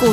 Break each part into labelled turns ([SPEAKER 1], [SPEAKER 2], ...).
[SPEAKER 1] 股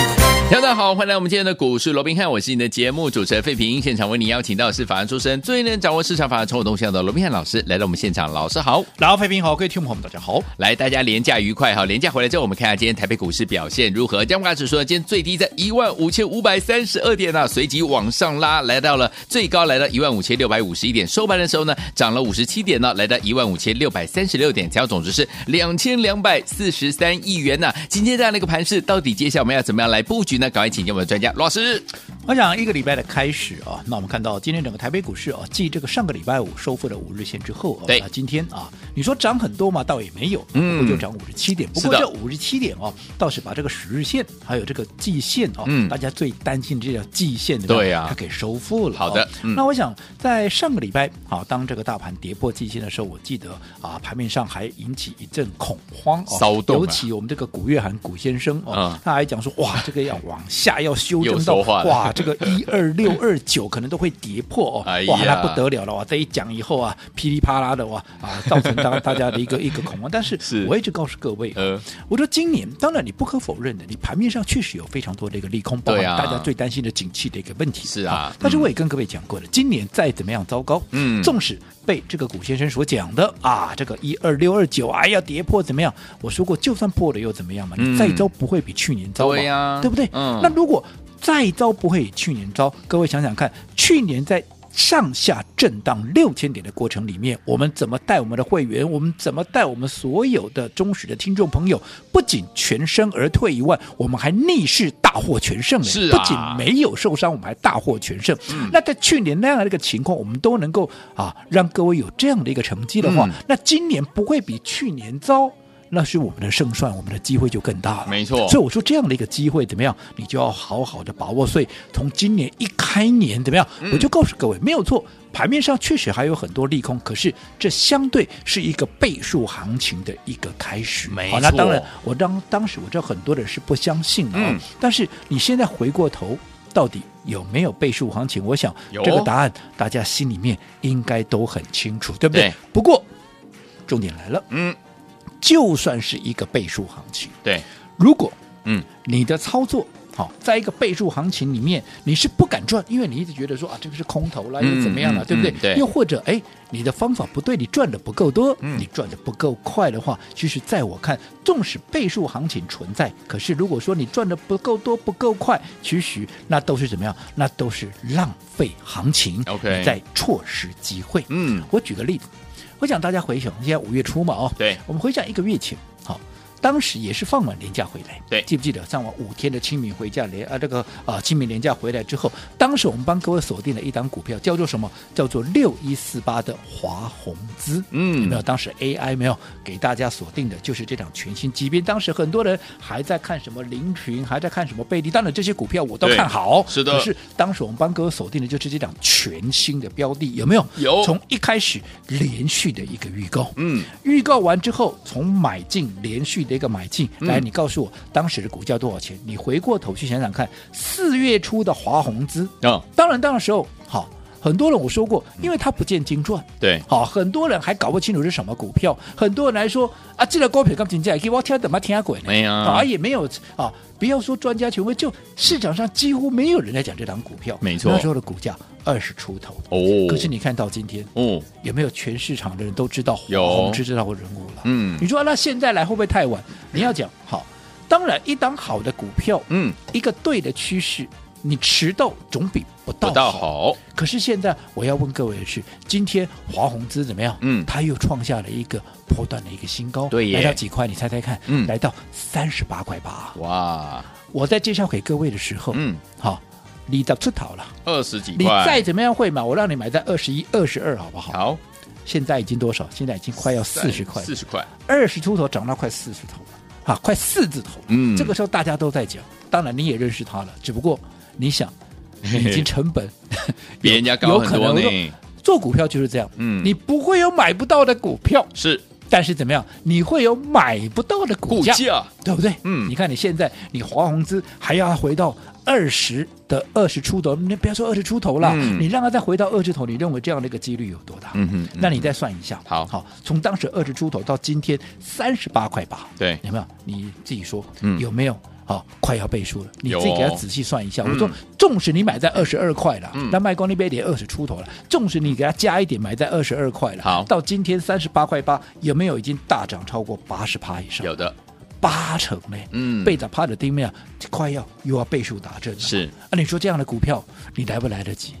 [SPEAKER 2] 大家好，欢迎来我们今天的股市罗宾汉，我是你的节目主持人费平。现场为您邀请到的是法案出身、最能掌握市场法案冲动向的罗宾汉老师来到我们现场，老师好。
[SPEAKER 3] 然后，飞平好，各位听众朋友们，大家好。
[SPEAKER 2] 来，大家廉价愉快哈！廉价回来之后，我们看一下今天台北股市表现如何。加权指数呢，今天最低在一万五千五百三十二点啊，随即往上拉，来到了最高来到一万五千六百五十一点，收盘的时候呢，涨了五十七点呢，来到一万五千六百三十六点，成交总值是两千两百四十三亿元呐、今天这样的一个盘势，到底接下来我们要怎么样来布局呢？赶快请教我们的专家罗老师。
[SPEAKER 3] 我想一个礼拜的开始啊，那我们看到今天整个台北股市啊，继这个上个礼拜五收复了五日线之后啊，
[SPEAKER 2] 对
[SPEAKER 3] 那今天啊，你说涨很多嘛，倒也没有，
[SPEAKER 2] 嗯
[SPEAKER 3] 不过就涨五十七点。不
[SPEAKER 2] 是
[SPEAKER 3] 过
[SPEAKER 2] 的
[SPEAKER 3] 这五十七点哦、倒是把这个十日线还有这个季线哦、
[SPEAKER 2] 嗯
[SPEAKER 3] 大家最担心这条季线的呢
[SPEAKER 2] 对啊
[SPEAKER 3] 它给收复了、哦
[SPEAKER 2] 好的嗯
[SPEAKER 3] 那我想在上个礼拜啊，当这个大盘跌破季线的时候，我记得啊，盘面上还引起一阵恐慌哦，
[SPEAKER 2] 骚动啊
[SPEAKER 3] 尤其我们这个古月涵古先生哦，
[SPEAKER 2] 嗯
[SPEAKER 3] 他还讲说哇，这个要往下要修
[SPEAKER 2] 又
[SPEAKER 3] 正到
[SPEAKER 2] 说话了
[SPEAKER 3] 哇，这个一二六二九可能都会跌破哦，
[SPEAKER 2] 哎呀
[SPEAKER 3] 哇，那不得了了哇！这一讲以后啊，噼里啪啦的哇啊，造成当大家的一个一个恐慌。但 是
[SPEAKER 2] 是
[SPEAKER 3] 我一直告诉各位、啊，
[SPEAKER 2] 呃
[SPEAKER 3] 我说今年当然你不可否认的，你盘面上确实有非常多的一个利空，包含
[SPEAKER 2] 对啊
[SPEAKER 3] 大家最担心的景气的一个问题。
[SPEAKER 2] 是啊嗯
[SPEAKER 3] 但是我也跟各位讲过了，今年再怎么样糟糕，
[SPEAKER 2] 嗯
[SPEAKER 3] 纵使被这个古先生所讲的啊，这个一二六二九，哎呀，跌破怎么样？我说过，就算破了又怎么样嘛？
[SPEAKER 2] 嗯
[SPEAKER 3] 你再糟不会比去年糟嘛
[SPEAKER 2] 对呀
[SPEAKER 3] 对不对？
[SPEAKER 2] 嗯
[SPEAKER 3] 那如果再糟不会比去年糟，各位想想看，去年在上下震荡六千点的过程里面，我们怎么带我们的会员，我们怎么带我们所有的忠实的听众朋友，不仅全身而退以外，我们还逆势大获全胜呢。
[SPEAKER 2] 是啊嗯
[SPEAKER 3] 不仅没有受伤，我们还大获全胜。那在去年那样的一个情况，我们都能够啊让各位有这样的一个成绩的话，
[SPEAKER 2] 嗯
[SPEAKER 3] 那今年不会比去年糟。那是我们的胜算，我们的机会就更大了。
[SPEAKER 2] 没错
[SPEAKER 3] 啊所以我说这样的一个机会怎么样，你就要好好的把握。所以从今年一开年怎么样，
[SPEAKER 2] 嗯
[SPEAKER 3] 我就告诉各位，没有错，盘面上确实还有很多利空，可是这相对是一个倍数行情的一个开始。
[SPEAKER 2] 没
[SPEAKER 3] 好，那
[SPEAKER 2] 错
[SPEAKER 3] 当然，我当当时我知道很多人是不相信的、哦，
[SPEAKER 2] 嗯
[SPEAKER 3] 但是你现在回过头。到底有没有倍数行情？我想
[SPEAKER 2] 有
[SPEAKER 3] 这个答案大家心里面应该都很清楚，对不对？
[SPEAKER 2] 对
[SPEAKER 3] 不过重点来了，
[SPEAKER 2] 嗯，
[SPEAKER 3] 就算是一个倍数行情，
[SPEAKER 2] 对，
[SPEAKER 3] 如果
[SPEAKER 2] 嗯，
[SPEAKER 3] 你的操作好、在一个倍数行情里面，你是不敢赚，因为你一直觉得说啊，这个是空头啦，
[SPEAKER 2] 嗯
[SPEAKER 3] 又怎么样了，
[SPEAKER 2] 嗯
[SPEAKER 3] 对不对？
[SPEAKER 2] 嗯对
[SPEAKER 3] 又或者哎，你的方法不对，你赚的不够多，
[SPEAKER 2] 嗯
[SPEAKER 3] 你赚的不够快的话，其实在我看，纵使倍数行情存在，可是如果说你赚的不够多、不够快，其实那都是怎么样？那都是浪费行情
[SPEAKER 2] OK
[SPEAKER 3] 你在错失机会。
[SPEAKER 2] 嗯，
[SPEAKER 3] 我举个例子，我想大家回想，现在五月初嘛，哦，
[SPEAKER 2] 对
[SPEAKER 3] 我们回想一个月前，好、当时也是放完年假回来，
[SPEAKER 2] 对
[SPEAKER 3] 记不记得上完五天的清明回假连啊，这个啊清明年假回来之后，当时我们帮各位锁定了一档股票，叫做什么？叫做六一四八的华宏资，
[SPEAKER 2] 嗯
[SPEAKER 3] 有没有？当时 AI 没有给大家锁定的就是这档全新，即便当时很多人还在看什么林群，还在看什么贝利，当然这些股票我都
[SPEAKER 2] 对
[SPEAKER 3] 看好，
[SPEAKER 2] 是的
[SPEAKER 3] 可是当时我们帮各位锁定的就是这档全新的标的，有没有？
[SPEAKER 2] 有
[SPEAKER 3] 从一开始连续的一个预告，
[SPEAKER 2] 嗯，
[SPEAKER 3] 预告完之后，从买进连续的一个买进，
[SPEAKER 2] 嗯
[SPEAKER 3] 来，你告诉我当时的股价多少钱？你回过头去想想看，四月初的华宏资，
[SPEAKER 2] 哦，嗯
[SPEAKER 3] 当然那时候好，很多人我说过，因为它不见经传，
[SPEAKER 2] 对，
[SPEAKER 3] 好，很多人还搞不清楚是什么股票，很多人来说啊，这个股票刚进价，给我听怎么听鬼呢？
[SPEAKER 2] 没有
[SPEAKER 3] 啊，也没有啊，不要说专家权威，就市场上几乎没有人在讲这档股票，
[SPEAKER 2] 没错
[SPEAKER 3] 那时候的股价二十出头，
[SPEAKER 2] 哦，
[SPEAKER 3] 可是你看到今天，
[SPEAKER 2] 哦，
[SPEAKER 3] 有没有全市场的人都知道黄
[SPEAKER 2] 有
[SPEAKER 3] 宏志这套人物了？
[SPEAKER 2] 嗯
[SPEAKER 3] 你说那现在来会不会太晚？你要讲好，当然一档好的股票，
[SPEAKER 2] 嗯，
[SPEAKER 3] 一个对的趋势，你迟到总比不
[SPEAKER 2] 不
[SPEAKER 3] 到
[SPEAKER 2] 大
[SPEAKER 3] 好。
[SPEAKER 2] 好，
[SPEAKER 3] 可是现在我要问各位的是，今天华宏资怎么样？
[SPEAKER 2] 嗯
[SPEAKER 3] 它又创下了一个波段的一个新高，
[SPEAKER 2] 对耶
[SPEAKER 3] 来到几块？你猜猜看？
[SPEAKER 2] 嗯
[SPEAKER 3] 来到三十八块八。
[SPEAKER 2] 哇，
[SPEAKER 3] 我在介绍给各位的时候，
[SPEAKER 2] 嗯，
[SPEAKER 3] 好，你的出逃了，
[SPEAKER 2] 二十几
[SPEAKER 3] 哦你
[SPEAKER 2] 块，
[SPEAKER 3] 再怎么样会买，我让你买在二十一、二十二，好不好？
[SPEAKER 2] 好，
[SPEAKER 3] 现在已经多少？现在已经快要四十块，
[SPEAKER 2] 四十块，
[SPEAKER 3] 二十出头涨到快四十头了，啊，快四字头了。
[SPEAKER 2] 嗯
[SPEAKER 3] 这个时候大家都在讲，当然你也认识他了，只不过你想，
[SPEAKER 2] 嘿嘿
[SPEAKER 3] 你已经成本
[SPEAKER 2] 比人家高
[SPEAKER 3] 有
[SPEAKER 2] 很
[SPEAKER 3] 可
[SPEAKER 2] 多
[SPEAKER 3] 能
[SPEAKER 2] 呢
[SPEAKER 3] 说做股票就是这样，
[SPEAKER 2] 嗯
[SPEAKER 3] 你不会有买不到的股票，
[SPEAKER 2] 是
[SPEAKER 3] 但是怎么样，你会有买不到的股
[SPEAKER 2] 股
[SPEAKER 3] 价，
[SPEAKER 2] 价
[SPEAKER 3] 对不对？
[SPEAKER 2] 嗯
[SPEAKER 3] 你看你现在你华宏资还要回到二十的二十出头，你不要说二十出头了，
[SPEAKER 2] 嗯
[SPEAKER 3] 你让它再回到二十头，你认为这样的一个几率有多大？
[SPEAKER 2] 嗯哼嗯哼
[SPEAKER 3] 那你再算一下，
[SPEAKER 2] 好
[SPEAKER 3] 好，从当时二十出头到今天三十八块八，
[SPEAKER 2] 对
[SPEAKER 3] 有没有？你自己说，
[SPEAKER 2] 嗯
[SPEAKER 3] 有没有？好，快要倍数了，你
[SPEAKER 2] 有
[SPEAKER 3] 自己给它
[SPEAKER 2] 哦
[SPEAKER 3] 仔细算一下。
[SPEAKER 2] 嗯
[SPEAKER 3] 我说，纵使你买在二十二块了
[SPEAKER 2] 嗯，
[SPEAKER 3] 那卖光那边也二十出头了，纵使你给它加一点，买在二十二块了，
[SPEAKER 2] 好
[SPEAKER 3] 到今天三十八块八，有没有已经大涨超过八十趴以上？
[SPEAKER 2] 有的，
[SPEAKER 3] 八成嘞，
[SPEAKER 2] 嗯
[SPEAKER 3] 倍涨趴的地面啊，快要又要倍数打正了。
[SPEAKER 2] 是
[SPEAKER 3] 啊，你说这样的股票，你来不来得及？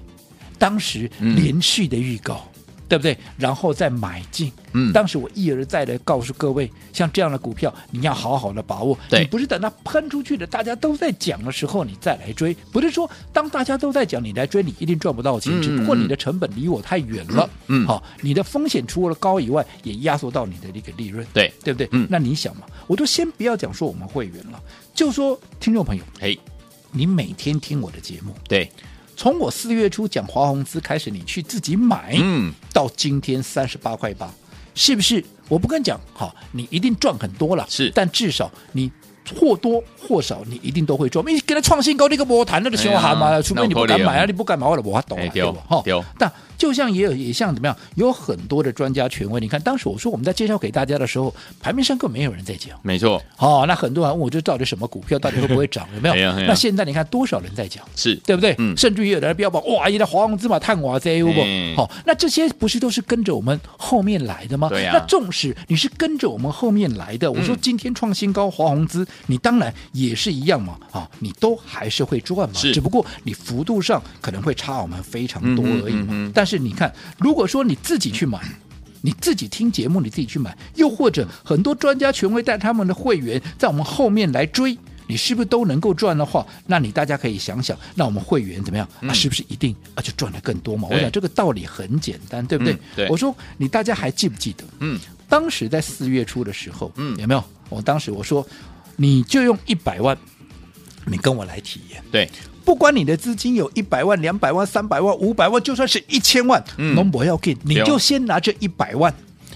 [SPEAKER 3] 当时
[SPEAKER 2] 嗯
[SPEAKER 3] 连续的预告，对不对？然后再买进。
[SPEAKER 2] 嗯
[SPEAKER 3] 当时我一而再的告诉各位，像这样的股票，你要好好的把握。
[SPEAKER 2] 对
[SPEAKER 3] 你不是等它喷出去的，大家都在讲的时候，你再来追。不是说当大家都在讲，你来追，你一定赚不到钱。
[SPEAKER 2] 嗯
[SPEAKER 3] 只不过
[SPEAKER 2] 嗯
[SPEAKER 3] 你的成本离我太远了。
[SPEAKER 2] 嗯
[SPEAKER 3] 好，你的风险除了高以外，也压缩到你的一个利润。
[SPEAKER 2] 对，
[SPEAKER 3] 对不对？
[SPEAKER 2] 嗯
[SPEAKER 3] 那你想嘛，我就先不要讲说我们会员了，就说听众朋友，
[SPEAKER 2] 嘿，
[SPEAKER 3] 你每天听我的节目，
[SPEAKER 2] 对，
[SPEAKER 3] 从我四月初讲华宏资开始，你去自己买，
[SPEAKER 2] 嗯，
[SPEAKER 3] 到今天三十八块八，是不是？我不跟你讲，好，你一定赚很多了，
[SPEAKER 2] 是
[SPEAKER 3] 但至少你。或多或少，你一定都会赚，因为给他创新高那个波谈，那个熊蛤
[SPEAKER 2] 哎
[SPEAKER 3] 嘛，
[SPEAKER 2] 呀
[SPEAKER 3] 除非你不敢买
[SPEAKER 2] 那有可
[SPEAKER 3] 啊，
[SPEAKER 2] 能
[SPEAKER 3] 你不敢买我的我懂啊
[SPEAKER 2] 哎，对
[SPEAKER 3] 对吧？哈
[SPEAKER 2] 对，
[SPEAKER 3] 但就像也有也像怎么样，有很多的专家权威，你看当时我说我们在介绍给大家的时候，盘面上根本没有人在讲。
[SPEAKER 2] 没错，
[SPEAKER 3] 哦，那很多人问我，这到底什么股票，到底会不会涨？有没有？
[SPEAKER 2] 哎呀哎呀
[SPEAKER 3] 那现在你看多少人在讲，
[SPEAKER 2] 是
[SPEAKER 3] 对不对？
[SPEAKER 2] 嗯
[SPEAKER 3] 甚至于有人标榜哇，一个华宏芝麻探瓦 Z 不
[SPEAKER 2] 哎？
[SPEAKER 3] 好、那这些不是都是跟着我们后面来的吗？
[SPEAKER 2] 对呀嗯
[SPEAKER 3] 那纵使你是跟着我们后面来的，我说今天创新高华宏资，你当然也是一样嘛，啊，你都还是会赚嘛
[SPEAKER 2] 是，
[SPEAKER 3] 只不过你幅度上可能会差我们非常多而已
[SPEAKER 2] 嗯哼
[SPEAKER 3] 嘛。
[SPEAKER 2] 嗯哼
[SPEAKER 3] 但是你看，如果说你自己去买。你自己听节目，你自己去买，又或者很多专家权威带他们的会员在我们后面来追，你是不是都能够赚的话？那你大家可以想想，那我们会员怎么样？啊，是不是一定啊就赚的更多嘛？我
[SPEAKER 2] 嗯对
[SPEAKER 3] 想这个道理很简单，对不对？
[SPEAKER 2] 嗯对
[SPEAKER 3] 我说你大家还记不记得？
[SPEAKER 2] 嗯，
[SPEAKER 3] 当时在四月初的时候，
[SPEAKER 2] 嗯
[SPEAKER 3] 有没有？我当时我说，你就用一百万，你跟我来体验。
[SPEAKER 2] 对，
[SPEAKER 3] 不管你的资金有一百万、两百万、三百万、五百万，就算是一千万，
[SPEAKER 2] 嗯
[SPEAKER 3] 那不要紧，你
[SPEAKER 2] 对哦
[SPEAKER 3] 就先拿这一百万，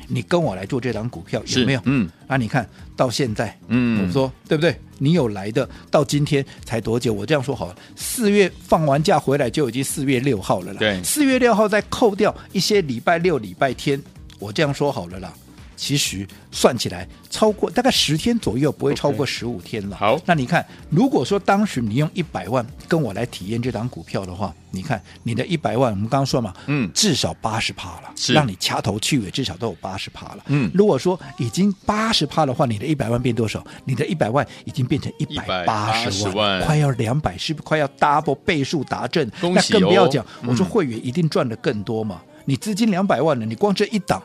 [SPEAKER 3] 你跟我来做这档股票，
[SPEAKER 2] 是
[SPEAKER 3] 有没有？
[SPEAKER 2] 嗯，
[SPEAKER 3] 啊，你看到现在，
[SPEAKER 2] 嗯
[SPEAKER 3] 我说对不对？你有来的，到今天才多久？我这样说好了，四月放完假回来就已经四月六号了啦。
[SPEAKER 2] 对
[SPEAKER 3] 四月六号再扣掉一些礼拜六、礼拜天，我这样说好了啦。其实算起来，超过大概十天左右，不会超过十五天了。
[SPEAKER 2] 好
[SPEAKER 3] 那你看，如果说当时你用一百万跟我来体验这档股票的话，你看你的一百万，我们刚刚说嘛，
[SPEAKER 2] 嗯
[SPEAKER 3] 至少八十趴了，
[SPEAKER 2] 是
[SPEAKER 3] 让你掐头去尾，至少都有八十趴了。
[SPEAKER 2] 嗯
[SPEAKER 3] 如果说已经八十趴的话，你的一百万变多少？你的一百万已经变成一百八十
[SPEAKER 2] 180万
[SPEAKER 3] 快要两百，是不是快要 double 倍数达阵？
[SPEAKER 2] 恭喜
[SPEAKER 3] 那更不要
[SPEAKER 2] 哦
[SPEAKER 3] 讲，我说
[SPEAKER 2] 嗯
[SPEAKER 3] 会员一定赚的更多嘛。你资金两百万了，你光这一档。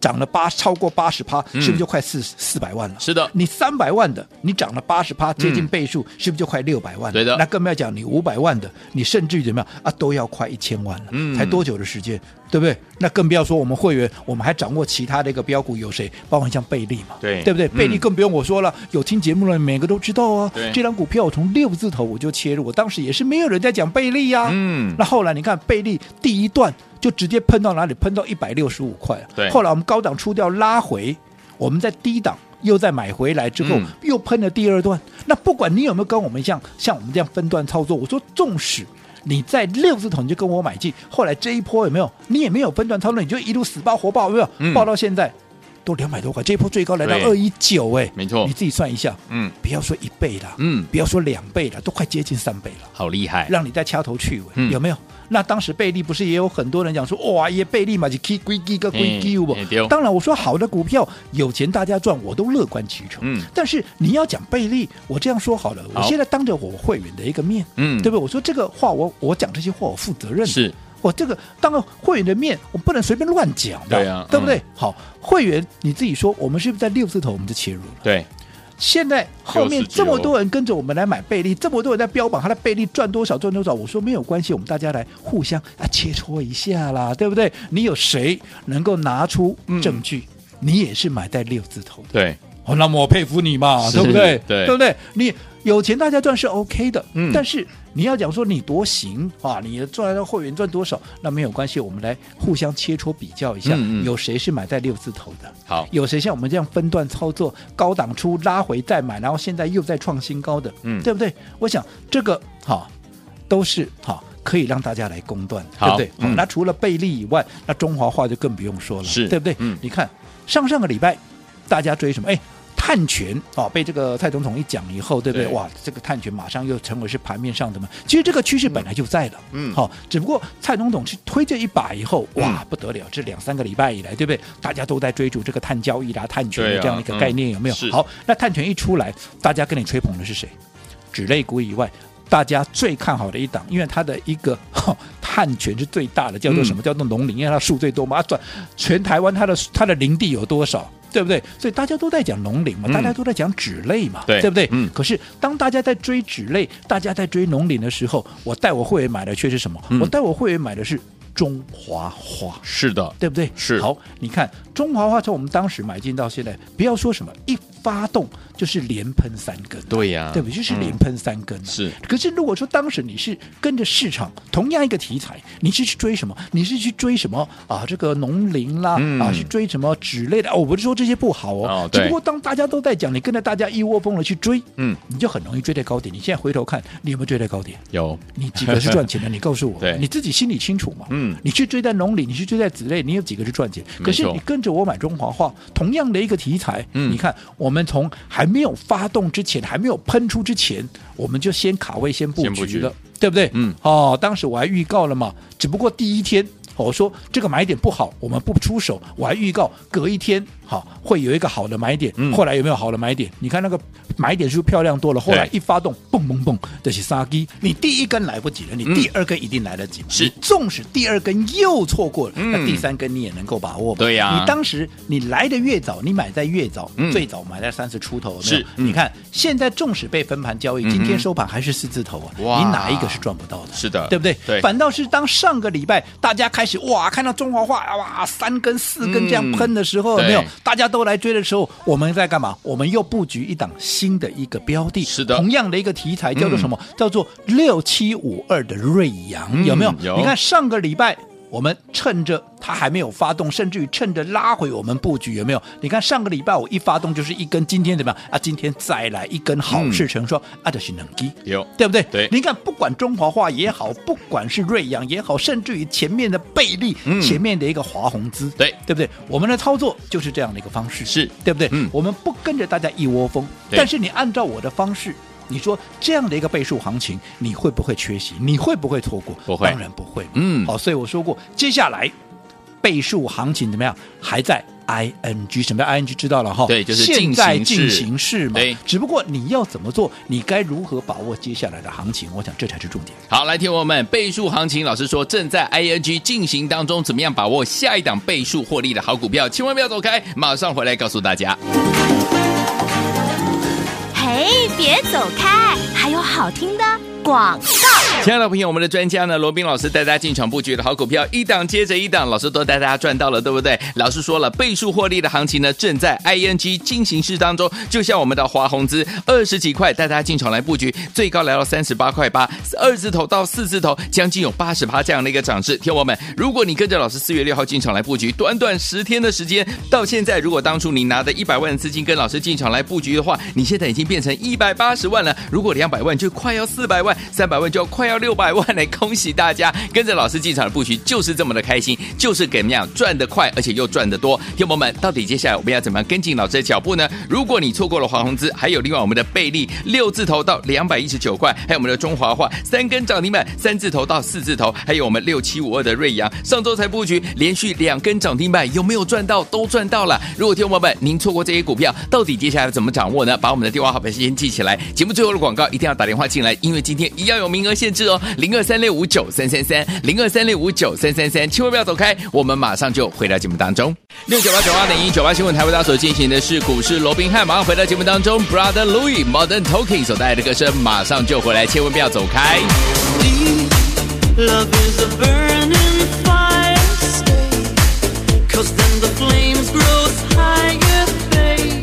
[SPEAKER 3] 涨了八超过八十趴，
[SPEAKER 2] 嗯
[SPEAKER 3] 是不是就快四四百万了？
[SPEAKER 2] 是的
[SPEAKER 3] 你三百万的，你涨了八十趴，接近
[SPEAKER 2] 嗯
[SPEAKER 3] 倍数，是不是就快六百万了？
[SPEAKER 2] 对的
[SPEAKER 3] 那更不要讲你五百万的，你甚至于怎么样啊，都要快一千万了，
[SPEAKER 2] 嗯
[SPEAKER 3] 才多久的时间，对不对？那更不要说我们会员，我们还掌握其他的一个标股，有谁？包括像贝利嘛，
[SPEAKER 2] 对
[SPEAKER 3] 对不对？
[SPEAKER 2] 嗯
[SPEAKER 3] 贝利更不用我说了，有听节目的每个都知道啊
[SPEAKER 2] 对。
[SPEAKER 3] 这张股票我从六字头我就切入，我当时也是没有人在讲贝利呀、
[SPEAKER 2] 嗯
[SPEAKER 3] 那后来你看贝利第一段就直接喷到哪里？喷到一百六十五块啊。
[SPEAKER 2] 对
[SPEAKER 3] 后来我们高档出掉拉回，我们在低档又再买回来之后，
[SPEAKER 2] 嗯
[SPEAKER 3] 又喷了第二段。那不管你有没有跟我们像像我们这样分段操作，我说纵使。你在六字头你就跟我买进，后来这一波有没有？你也没有分段操作，你就一路死抱活抱，有没有？
[SPEAKER 2] 嗯
[SPEAKER 3] 抱到现在都两百多块，这一波最高来到二
[SPEAKER 2] 对
[SPEAKER 3] 一九，哎，
[SPEAKER 2] 没错
[SPEAKER 3] 你自己算一下，
[SPEAKER 2] 嗯
[SPEAKER 3] 不要说一倍啦，
[SPEAKER 2] 嗯，
[SPEAKER 3] 不要说两倍了，都快接近三倍了。
[SPEAKER 2] 好厉害，
[SPEAKER 3] 让你再掐头去尾，
[SPEAKER 2] 嗯
[SPEAKER 3] 有没有？那当时贝利不是也有很多人讲说，哇，耶，贝利嘛，就 K 归 K 个归 K
[SPEAKER 2] 嗯
[SPEAKER 3] 不
[SPEAKER 2] 嗯对？
[SPEAKER 3] 当然，我说好的股票有钱大家赚，我都乐观其成。
[SPEAKER 2] 嗯
[SPEAKER 3] 但是你要讲贝利，我这样说好了，我
[SPEAKER 2] 好
[SPEAKER 3] 现在当着我会员的一个面，
[SPEAKER 2] 嗯
[SPEAKER 3] 对不对？我说这个话我，我讲这些话，我负责任的。
[SPEAKER 2] 是
[SPEAKER 3] 我这个当了会员的面，我不能随便乱讲的，
[SPEAKER 2] 对啊
[SPEAKER 3] 对不对？
[SPEAKER 2] 嗯
[SPEAKER 3] 好，会员你自己说，我们是不是在六字头我们就切入了？
[SPEAKER 2] 对，
[SPEAKER 3] 现在后面
[SPEAKER 2] 69
[SPEAKER 3] 这么多人跟着我们来买贝利，这么多人在标榜他的贝利赚多少赚多少，我说没有关系，我们大家来互相啊切磋一下啦，对不对？你有谁能够拿出证据？你也是买在六字头的，
[SPEAKER 2] 对，
[SPEAKER 3] 哦，那么我佩服你嘛，
[SPEAKER 2] 是
[SPEAKER 3] 对不对？
[SPEAKER 2] 对
[SPEAKER 3] 不对？你有钱大家赚是 OK 的，
[SPEAKER 2] 嗯
[SPEAKER 3] 但是你要讲说你多行啊，你赚到会员赚多少，那没有关系，我们来互相切磋比较一下，
[SPEAKER 2] 嗯嗯
[SPEAKER 3] 有谁是买在六字头的？
[SPEAKER 2] 好，
[SPEAKER 3] 有谁像我们这样分段操作，高档出拉回再买，然后现在又在创新高的，
[SPEAKER 2] 嗯
[SPEAKER 3] 对不对？我想这个哈都是哈可以让大家来公断的，对
[SPEAKER 2] 好
[SPEAKER 3] 不对？好
[SPEAKER 2] 嗯
[SPEAKER 3] 那除了贝利以外，那中华化就更不用说了，
[SPEAKER 2] 是
[SPEAKER 3] 对不对？
[SPEAKER 2] 嗯
[SPEAKER 3] 你看上上个礼拜大家追什么？哎。碳权啊、被这个蔡总统一讲以后，对不对？
[SPEAKER 2] 对
[SPEAKER 3] 哇，这个碳权马上又成为是盘面上的嘛。其实这个趋势本来就在了，
[SPEAKER 2] 嗯
[SPEAKER 3] 好、只不过蔡总统去推这一把以后，哇，
[SPEAKER 2] 嗯
[SPEAKER 3] 不得了！这两三个礼拜以来，对不对？大家都在追逐这个碳交易啦、碳权
[SPEAKER 2] 对
[SPEAKER 3] 的
[SPEAKER 2] 啊
[SPEAKER 3] 这样一个概念，有没有
[SPEAKER 2] 嗯是？
[SPEAKER 3] 好，那碳权一出来，大家跟你吹捧的是谁？纸类股以外，大家最看好的一档，因为它的一个哈碳权是最大的，叫做什么？
[SPEAKER 2] 嗯
[SPEAKER 3] 叫做农林，因为它树最多嘛。啊，转全台湾它的它的林地有多少？对不对？所以大家都在讲农林嘛，
[SPEAKER 2] 嗯
[SPEAKER 3] 大家都在讲纸类嘛，
[SPEAKER 2] 对
[SPEAKER 3] 不对？
[SPEAKER 2] 嗯
[SPEAKER 3] 可是当大家在追纸类，大家在追农林的时候，我带我会员买的却是什么？
[SPEAKER 2] 嗯
[SPEAKER 3] 我带我会员买的是中华花。
[SPEAKER 2] 是的，
[SPEAKER 3] 对不对？
[SPEAKER 2] 是
[SPEAKER 3] 好，你看中华化从我们当时买进到现在，不要说什么一发动就是连喷三根，
[SPEAKER 2] 对呀
[SPEAKER 3] 对不对？就是
[SPEAKER 2] 嗯
[SPEAKER 3] 连喷三根、
[SPEAKER 2] 是。
[SPEAKER 3] 可是如果说当时你是跟着市场同样一个题材，你是去追什么？你是去追什么啊？这个农林啦，
[SPEAKER 2] 嗯
[SPEAKER 3] 啊，是追什么纸类的？哦，我不是说这些不好哦，
[SPEAKER 2] 哦对
[SPEAKER 3] 只不过当大家都在讲，你跟着大家一窝蜂的去追，
[SPEAKER 2] 嗯，
[SPEAKER 3] 你就很容易追在高点。你现在回头看，你有没有追在高点？
[SPEAKER 2] 有
[SPEAKER 3] 你几个是赚钱的？你告诉
[SPEAKER 2] 对
[SPEAKER 3] 我，你自己心里清楚嘛？
[SPEAKER 2] 嗯
[SPEAKER 3] 你去追在农里，你去追在子类，你有几个是赚钱？
[SPEAKER 2] 没错
[SPEAKER 3] 可是你跟着我买中华化，同样的一个题材，
[SPEAKER 2] 嗯
[SPEAKER 3] 你看我们从还没有发动之前，还没有喷出之前，我们就先卡位，先布
[SPEAKER 2] 先布局
[SPEAKER 3] 局了，对不对？
[SPEAKER 2] 嗯
[SPEAKER 3] 哦，当时我还预告了嘛，只不过第一天。哦我说这个买点不好，我们不出手。我还预告隔一天，好会有一个好的买点。
[SPEAKER 2] 嗯
[SPEAKER 3] 后来有没有好的买点？你看那个买点是不是漂亮多了？后来
[SPEAKER 2] 对
[SPEAKER 3] 一发动，蹦蹦蹦，这是杀鸡。你第一根来不及了，你
[SPEAKER 2] 嗯
[SPEAKER 3] 第二根一定来得及嘛。
[SPEAKER 2] 是
[SPEAKER 3] 你纵使第二根又错过了，
[SPEAKER 2] 嗯
[SPEAKER 3] 那第三根你也能够把握嘛。
[SPEAKER 2] 对呀
[SPEAKER 3] 你当时你来的越早，你买在越早，
[SPEAKER 2] 嗯
[SPEAKER 3] 最早买在三十出头，有没有
[SPEAKER 2] 是嗯
[SPEAKER 3] 你看现在纵使被分盘交易，
[SPEAKER 2] 嗯哼
[SPEAKER 3] 今天收盘还是四字头啊，
[SPEAKER 2] 哇
[SPEAKER 3] 你哪一个是赚不到的？
[SPEAKER 2] 是的
[SPEAKER 3] 对不对？
[SPEAKER 2] 对
[SPEAKER 3] 反倒是当上个礼拜大家开始哇，看到中华化哇三根四根
[SPEAKER 2] 嗯
[SPEAKER 3] 这样喷的时候，有没有
[SPEAKER 2] 对？
[SPEAKER 3] 大家都来追的时候，我们在干嘛？我们又布局一档新的一个标的，
[SPEAKER 2] 是的
[SPEAKER 3] 同样的一个题材叫做什么？叫做六七五二的瑞阳，
[SPEAKER 2] 嗯
[SPEAKER 3] 有没有？
[SPEAKER 2] 有
[SPEAKER 3] 你看上个礼拜。我们趁着它还没有发动，甚至于趁着拉回我们布局，有没有？你看上个礼拜我一发动就是一根，今天怎么样啊？今天再来一根好
[SPEAKER 2] 嗯
[SPEAKER 3] 事成双，啊，就是能低，
[SPEAKER 2] 有
[SPEAKER 3] 对不对？
[SPEAKER 2] 对
[SPEAKER 3] 你看，不管中华化也好，不管是瑞阳也好，甚至于前面的贝利，
[SPEAKER 2] 嗯
[SPEAKER 3] 前面的一个华宏资，
[SPEAKER 2] 对
[SPEAKER 3] 对不对？我们的操作就是这样的一个方式，
[SPEAKER 2] 是
[SPEAKER 3] 对不对？
[SPEAKER 2] 嗯
[SPEAKER 3] 我们不跟着大家一窝蜂，
[SPEAKER 2] 对
[SPEAKER 3] 但是你按照我的方式。你说这样的一个倍数行情，你会不会缺席？你会不会错过？
[SPEAKER 2] 不会
[SPEAKER 3] 当然不会嘛。
[SPEAKER 2] 嗯
[SPEAKER 3] 好，所以我说过，接下来倍数行情怎么样？还在 ing，什么叫 ing？知道了哈？
[SPEAKER 2] 对就是进
[SPEAKER 3] 现在
[SPEAKER 2] 行式
[SPEAKER 3] 进行式嘛。
[SPEAKER 2] 对
[SPEAKER 3] 只不过你要怎么做，你该如何把握接下来的行情，我想这才是重点。
[SPEAKER 2] 好，来，听我们，倍数行情，老师说正在 ING 进行当中，怎么样把握下一档倍数获利的好股票？千万不要走开，马上回来告诉大家。
[SPEAKER 1] 嘿，别走开，还有好听的广告。
[SPEAKER 2] 亲爱的朋友，我们的专家呢，罗宾老师带大家进场布局的好股票，一档接着一档，老师都带大家赚到了，对不对？老师说了，倍数获利的行情呢，正在 ING 进行式当中，就像我们的华宏资二十几块，带大家进场来布局，最高来到三十八块八，二字头到四字头，将近有八十趴这样的一个涨势。听我们，如果你跟着老师四月六号进场来布局，短短十天的时间，到现在，如果当初你拿的一百万的资金跟老师进场来布局的话，你现在已经变成一百八十万了，如果两百万就快要四百万，三百万就要快要六百万嘞！恭喜大家，跟着老师进场的布局就是这么的开心，就是给我们讲赚得快，而且又赚得多。听众朋友们，到底接下来我们要怎么样跟进老师的脚步呢？如果你错过了华宏资，还有另外我们的贝利六字头到两百一十九块，还有我们的中华化三根涨停板，三字头到四字头，还有我们六七五二的瑞阳，上周才布局，连续两根涨停板，有没有赚到？都赚到了。如果听众朋友们您错过这些股票，到底接下来怎么掌握呢？把我们的电话号码先记起来。节目最后的广告一定要打电话进来，因为今天一样有名额限制哦，零二三六五九三三三，零二三六五九三三三，千万不要走开，我们马上就回到节目当中。六九八九八零一九八新闻台为大家所进行的是股市罗宾汉，马上回到节目当中，Brother Louis Modern Talking 所带来的歌声，马上就回来，千万不要走开。
[SPEAKER 4] Love is a burning fire, stay. Cause then the flames grows higher, babe.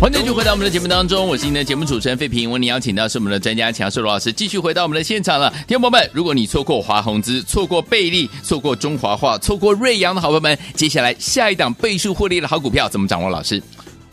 [SPEAKER 2] 欢迎继续回到我们的节目当中，我是您的节目主持人费平。为您邀请到是我们的专家强硕罗老师，继续回到我们的现场了。听众朋友们，如果你错过华宏资、错过贝利、错过中华化、错过瑞阳的好朋友们，接下来下一档倍数获利的好股票怎么掌握？老师，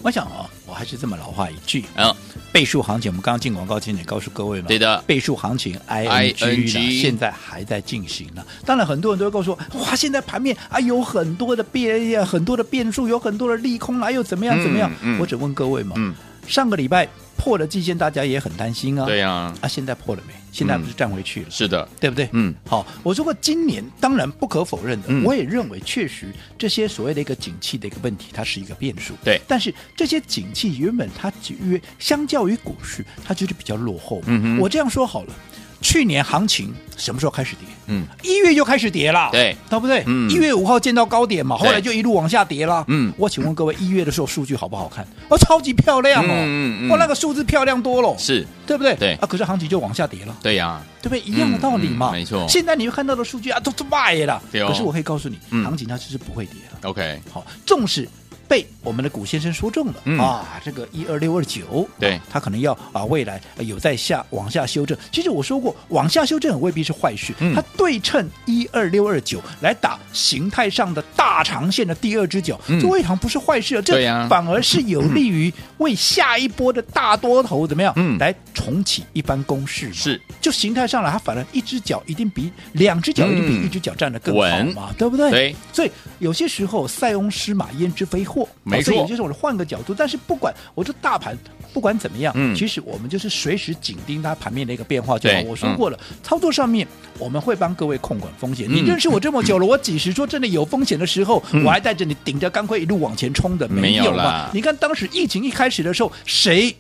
[SPEAKER 3] 我想哦，我还是这么老话一句，
[SPEAKER 2] 嗯，
[SPEAKER 3] 倍数行情，我们刚刚进广告前也告诉各位嘛，
[SPEAKER 2] 对的
[SPEAKER 3] 倍数行情 ING 呢
[SPEAKER 2] ING
[SPEAKER 3] 现在还在进行呢。当然，很多人都会告诉我，哇，现在盘面啊有很多的变，很多的变数，有很多的利空啦，啊又怎么样
[SPEAKER 2] 嗯
[SPEAKER 3] 怎么样？
[SPEAKER 2] 嗯
[SPEAKER 3] 我只问各位嘛，
[SPEAKER 2] 嗯
[SPEAKER 3] 上个礼拜破了季线，大家也很担心啊，
[SPEAKER 2] 对
[SPEAKER 3] 啊，
[SPEAKER 2] 呀、嗯
[SPEAKER 3] 现在破了没？现在不是站回去了？
[SPEAKER 2] 是的，
[SPEAKER 3] 对不对？
[SPEAKER 2] 嗯
[SPEAKER 3] 好，我说过今年当然不可否认的，
[SPEAKER 2] 嗯
[SPEAKER 3] 我也认为确实这些所谓的一个景气的一个问题，它是一个变数。
[SPEAKER 2] 对
[SPEAKER 3] 但是这些景气原本它只约相较于股市，它就是比较落后嘛。
[SPEAKER 2] 嗯哼
[SPEAKER 3] 我这样说好了，去年行情什么时候开始跌？
[SPEAKER 2] 嗯，
[SPEAKER 3] 一月就开始跌了，
[SPEAKER 2] 对，
[SPEAKER 3] 对不对？
[SPEAKER 2] 嗯
[SPEAKER 3] 一月五号见到高点嘛，后
[SPEAKER 2] 对
[SPEAKER 3] 来就一路往下跌了。
[SPEAKER 2] 嗯
[SPEAKER 3] 我请问各位，一月的时候数据好不好看？哦，超级漂亮哦，
[SPEAKER 2] 嗯嗯嗯
[SPEAKER 3] 哇，那个数字漂亮多了，
[SPEAKER 2] 是，
[SPEAKER 3] 对不对？
[SPEAKER 2] 对
[SPEAKER 3] 啊，可是行情就往下跌了。
[SPEAKER 2] 对呀、
[SPEAKER 3] 对不对？一样的道理嘛，
[SPEAKER 2] 嗯嗯没错
[SPEAKER 3] 现在你会看到的数据啊，都都卖了。
[SPEAKER 2] 对哦
[SPEAKER 3] 可是我可以告诉你，
[SPEAKER 2] 嗯
[SPEAKER 3] 行情它就是不会跌了。
[SPEAKER 2] OK，
[SPEAKER 3] 好，纵使被我们的古先生说中了、
[SPEAKER 2] 嗯
[SPEAKER 3] 啊，这个一二六二九，
[SPEAKER 2] 对
[SPEAKER 3] 啊他可能要啊未来呃有在下往下修正。其实我说过，往下修正也未必是坏事，
[SPEAKER 2] 嗯
[SPEAKER 3] 它对称一二六二九来打形态上的大长线的第二只脚，
[SPEAKER 2] 嗯
[SPEAKER 3] 这未尝不是坏事啊。这
[SPEAKER 2] 对呀
[SPEAKER 3] 反而是有利于为下一波的大多头怎么样，
[SPEAKER 2] 嗯
[SPEAKER 3] 来重启一番攻势嘛。
[SPEAKER 2] 是，
[SPEAKER 3] 就形态上来，它反而一只脚一定比两只脚一定
[SPEAKER 2] 嗯
[SPEAKER 3] 比一只脚站得更好
[SPEAKER 2] 稳
[SPEAKER 3] 嘛，对不对？
[SPEAKER 2] 对，
[SPEAKER 3] 所以有些时候塞翁失马焉知非祸，
[SPEAKER 2] 没
[SPEAKER 3] 哦所以
[SPEAKER 2] 错
[SPEAKER 3] 有些时候我换个角度，但是不管我这大盘不管怎么样，
[SPEAKER 2] 嗯
[SPEAKER 3] 其实我们就是随时紧盯它盘面的一个变化就好。
[SPEAKER 2] 对
[SPEAKER 3] 我说过了，操作上面我们会帮各位控管风险。你
[SPEAKER 2] 嗯
[SPEAKER 3] 认识我这么久了，我几时说真的有风险的时候，我还带着你顶着钢盔一路往前冲的，
[SPEAKER 2] 没有
[SPEAKER 3] 有嘛
[SPEAKER 2] 啦？
[SPEAKER 3] 你看当时疫情一开始的时候，谁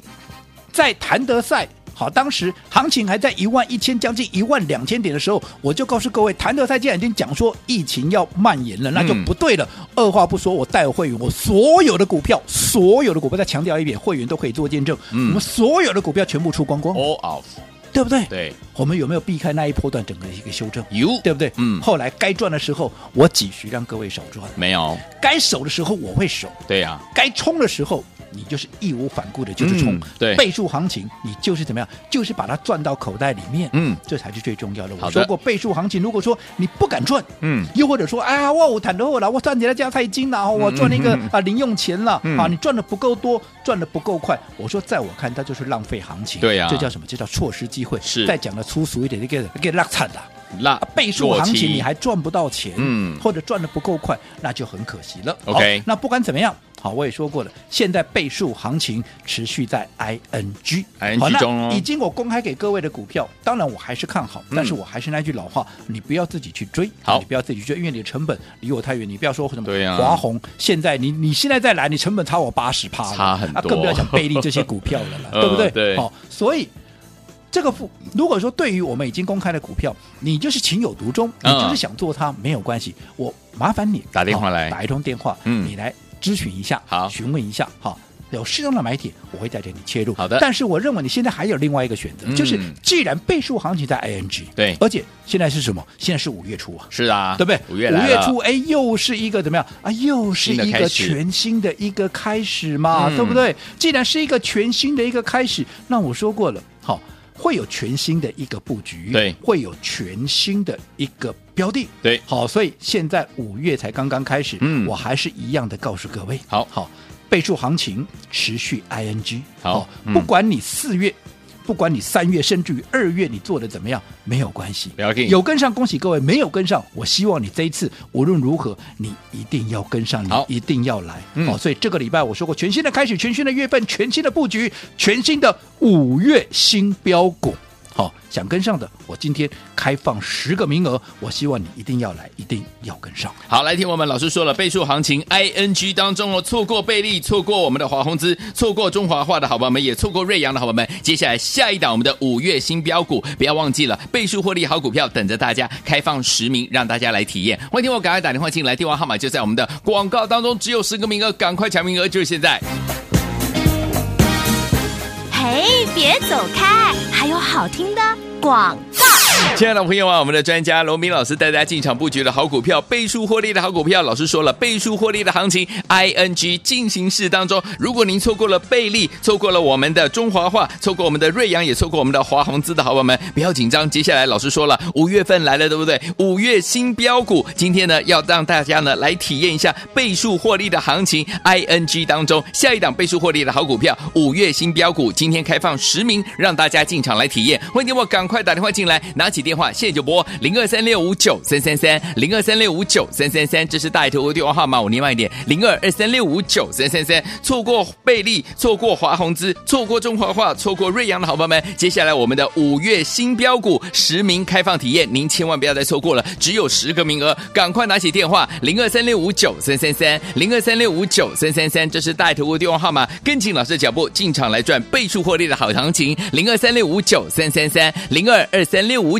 [SPEAKER 3] 在谭德赛。好，当时行情还在一万一千，将近一万两千点的时候，我就告诉各位，谭德赛既然已经讲说疫情要蔓延了，那就
[SPEAKER 2] 嗯
[SPEAKER 3] 不对了。二话不说，我带会员，我所有的股票，所有的股票，再强调一遍，会员都可以做见证，
[SPEAKER 2] 嗯
[SPEAKER 3] 我们所有的股票全部出光光，
[SPEAKER 2] all off，
[SPEAKER 3] 对不对？
[SPEAKER 2] 哦对
[SPEAKER 3] 我们有没有避开那一波段整个一个修正？
[SPEAKER 2] ，you，
[SPEAKER 3] 对不对？
[SPEAKER 2] 嗯，
[SPEAKER 3] 后来该赚的时候，我几许让各位少赚；
[SPEAKER 2] 没有，
[SPEAKER 3] 该守的时候，我会守。
[SPEAKER 2] 对呀、
[SPEAKER 3] 该冲的时候，你就是义无反顾的，就是冲。
[SPEAKER 2] 嗯对
[SPEAKER 3] 倍数行情，你就是怎么样，就是把它赚到口袋里面。
[SPEAKER 2] 嗯
[SPEAKER 3] 这才是最重要的。
[SPEAKER 2] 好
[SPEAKER 3] 我
[SPEAKER 2] 的
[SPEAKER 3] 说过，倍数行情，如果说你不敢赚，
[SPEAKER 2] 嗯
[SPEAKER 3] 又或者说，哎呀，我有坦的后了，我赚你的加菜金了，我赚了一个、
[SPEAKER 2] 嗯
[SPEAKER 3] 啊零用钱了、
[SPEAKER 2] 嗯
[SPEAKER 3] 啊，你赚的不够多，赚的不够快。我说，在我看，它就是浪费行情。
[SPEAKER 2] 对呀
[SPEAKER 3] 这叫什么？这叫错失机会。
[SPEAKER 2] 是
[SPEAKER 3] 再讲的粗俗一点，给给拉惨了。
[SPEAKER 2] 那
[SPEAKER 3] 啊倍数行情你还赚不到钱，
[SPEAKER 2] 嗯
[SPEAKER 3] 或者赚的不够快，那就很可惜了。
[SPEAKER 2] OK
[SPEAKER 3] 好那不管怎么样，好，我也说过了，现在倍数行情持续在 ING
[SPEAKER 2] ING
[SPEAKER 3] 好，那
[SPEAKER 2] 中哦
[SPEAKER 3] 已经我公开给各位的股票，当然我还是看好，
[SPEAKER 2] 嗯
[SPEAKER 3] 但是我还是那句老话，你不要自己去追，
[SPEAKER 2] 好
[SPEAKER 3] 你不要自己去追，因为你的成本离我太远，你不要说什么
[SPEAKER 2] 对啊呀
[SPEAKER 3] 华宏，现在你你现在再来，你成本差我八十趴，
[SPEAKER 2] 差很多
[SPEAKER 3] 啊更不要讲贝利这些股票了啦，对不对？
[SPEAKER 2] 嗯对
[SPEAKER 3] 好，所以。这个不，如果说对于我们已经公开的股票，你就是情有独钟，你
[SPEAKER 2] 嗯
[SPEAKER 3] 就是想做它，没有关系，我麻烦你
[SPEAKER 2] 打电话来
[SPEAKER 3] 好打一通电话，
[SPEAKER 2] 嗯
[SPEAKER 3] 你来咨询一下，
[SPEAKER 2] 好
[SPEAKER 3] 询问一下，好。有适当的买点，我会带着你切入。
[SPEAKER 2] 好的
[SPEAKER 3] 但是我认为你现在还有另外一个选择，
[SPEAKER 2] 嗯
[SPEAKER 3] 就是既然倍数行情在 ING，
[SPEAKER 2] 对
[SPEAKER 3] 而且现在是什么？现在是五月初啊，
[SPEAKER 2] 是啊，
[SPEAKER 3] 对不对？
[SPEAKER 2] 五月来了，
[SPEAKER 3] 初，哎，又是一个怎么样啊？又是
[SPEAKER 2] 新
[SPEAKER 3] 一
[SPEAKER 2] 的开
[SPEAKER 3] 个
[SPEAKER 2] 始
[SPEAKER 3] 全新的一个开始嘛，
[SPEAKER 2] 嗯
[SPEAKER 3] 对不对？既然是一个全新的一个开始，那我说过了，好、会有全新的一个布局，
[SPEAKER 2] 对
[SPEAKER 3] 会有全新的一个标的，
[SPEAKER 2] 对
[SPEAKER 3] 好，所以现在五月才刚刚开始，
[SPEAKER 2] 嗯
[SPEAKER 3] 我还是一样的告诉各位，
[SPEAKER 2] 好
[SPEAKER 3] 好，倍数行情持续 ing，
[SPEAKER 2] 好嗯
[SPEAKER 3] 不管你四月。不管你三月甚至于二月你做的怎么样，没有关系。
[SPEAKER 2] 了解
[SPEAKER 3] 有跟上恭喜各位，没有跟上，我希望你这一次无论如何，你一定要跟上，你
[SPEAKER 2] 好
[SPEAKER 3] 一定要来。
[SPEAKER 2] 嗯
[SPEAKER 3] 哦，所以这个礼拜我说过，全新的开始，全新的月份，全新的布局，全新的五月新标股。好、想跟上的，我今天开放十个名额，我希望你一定要来，一定要跟上。
[SPEAKER 2] 好，来听我们老师说了，倍数行情 ING 当中哦，错过贝利，错过我们的华宏资，错过中华化的好朋友们，也错过瑞阳的好朋友们。接下来下一档我们的五月新标股，不要忘记了，倍数获利好股票等着大家，开放十名让大家来体验。欢迎听我赶快打电话进来，电话号码就在我们的广告当中，只有十个名额，赶快抢名额，就是现在。
[SPEAKER 1] 嘿，别走开，还有好听的广告。
[SPEAKER 2] 亲爱的朋友啊，我们的专家罗明老师带大家进场布局的好股票，倍数获利的好股票，老师说了，倍数获利的行情，ING 进行式当中，如果您错过了贝利，错过了我们的中华化，错过我们的瑞阳，也错过我们的华宏资的好朋友们，不要紧张，接下来老师说了，五月份来了，对不对？五月新标股，今天呢要让大家呢来体验一下倍数获利的行情，ING 当中下一档倍数获利的好股票，五月新标股，今天开放十名，让大家进场来体验，欢迎我赶快打电话进来，拿起电话现在就拨零二三六五九三三三零二三六五九三三三，这是大头的电话号码，我念慢一点，零二二三六五九三三三。错过贝利，错过华宏资，错过中华化，错过瑞阳的好朋友们，接下来我们的五月新标股十名开放体验，您千万不要再错过了，只有十个名额，赶快拿起电话零二三六五九三三三零二三六五九三三三，这是大头的电话号码，跟紧老师的脚步进场来赚倍数获利的好行情，零二三六五九三三三零二二三六五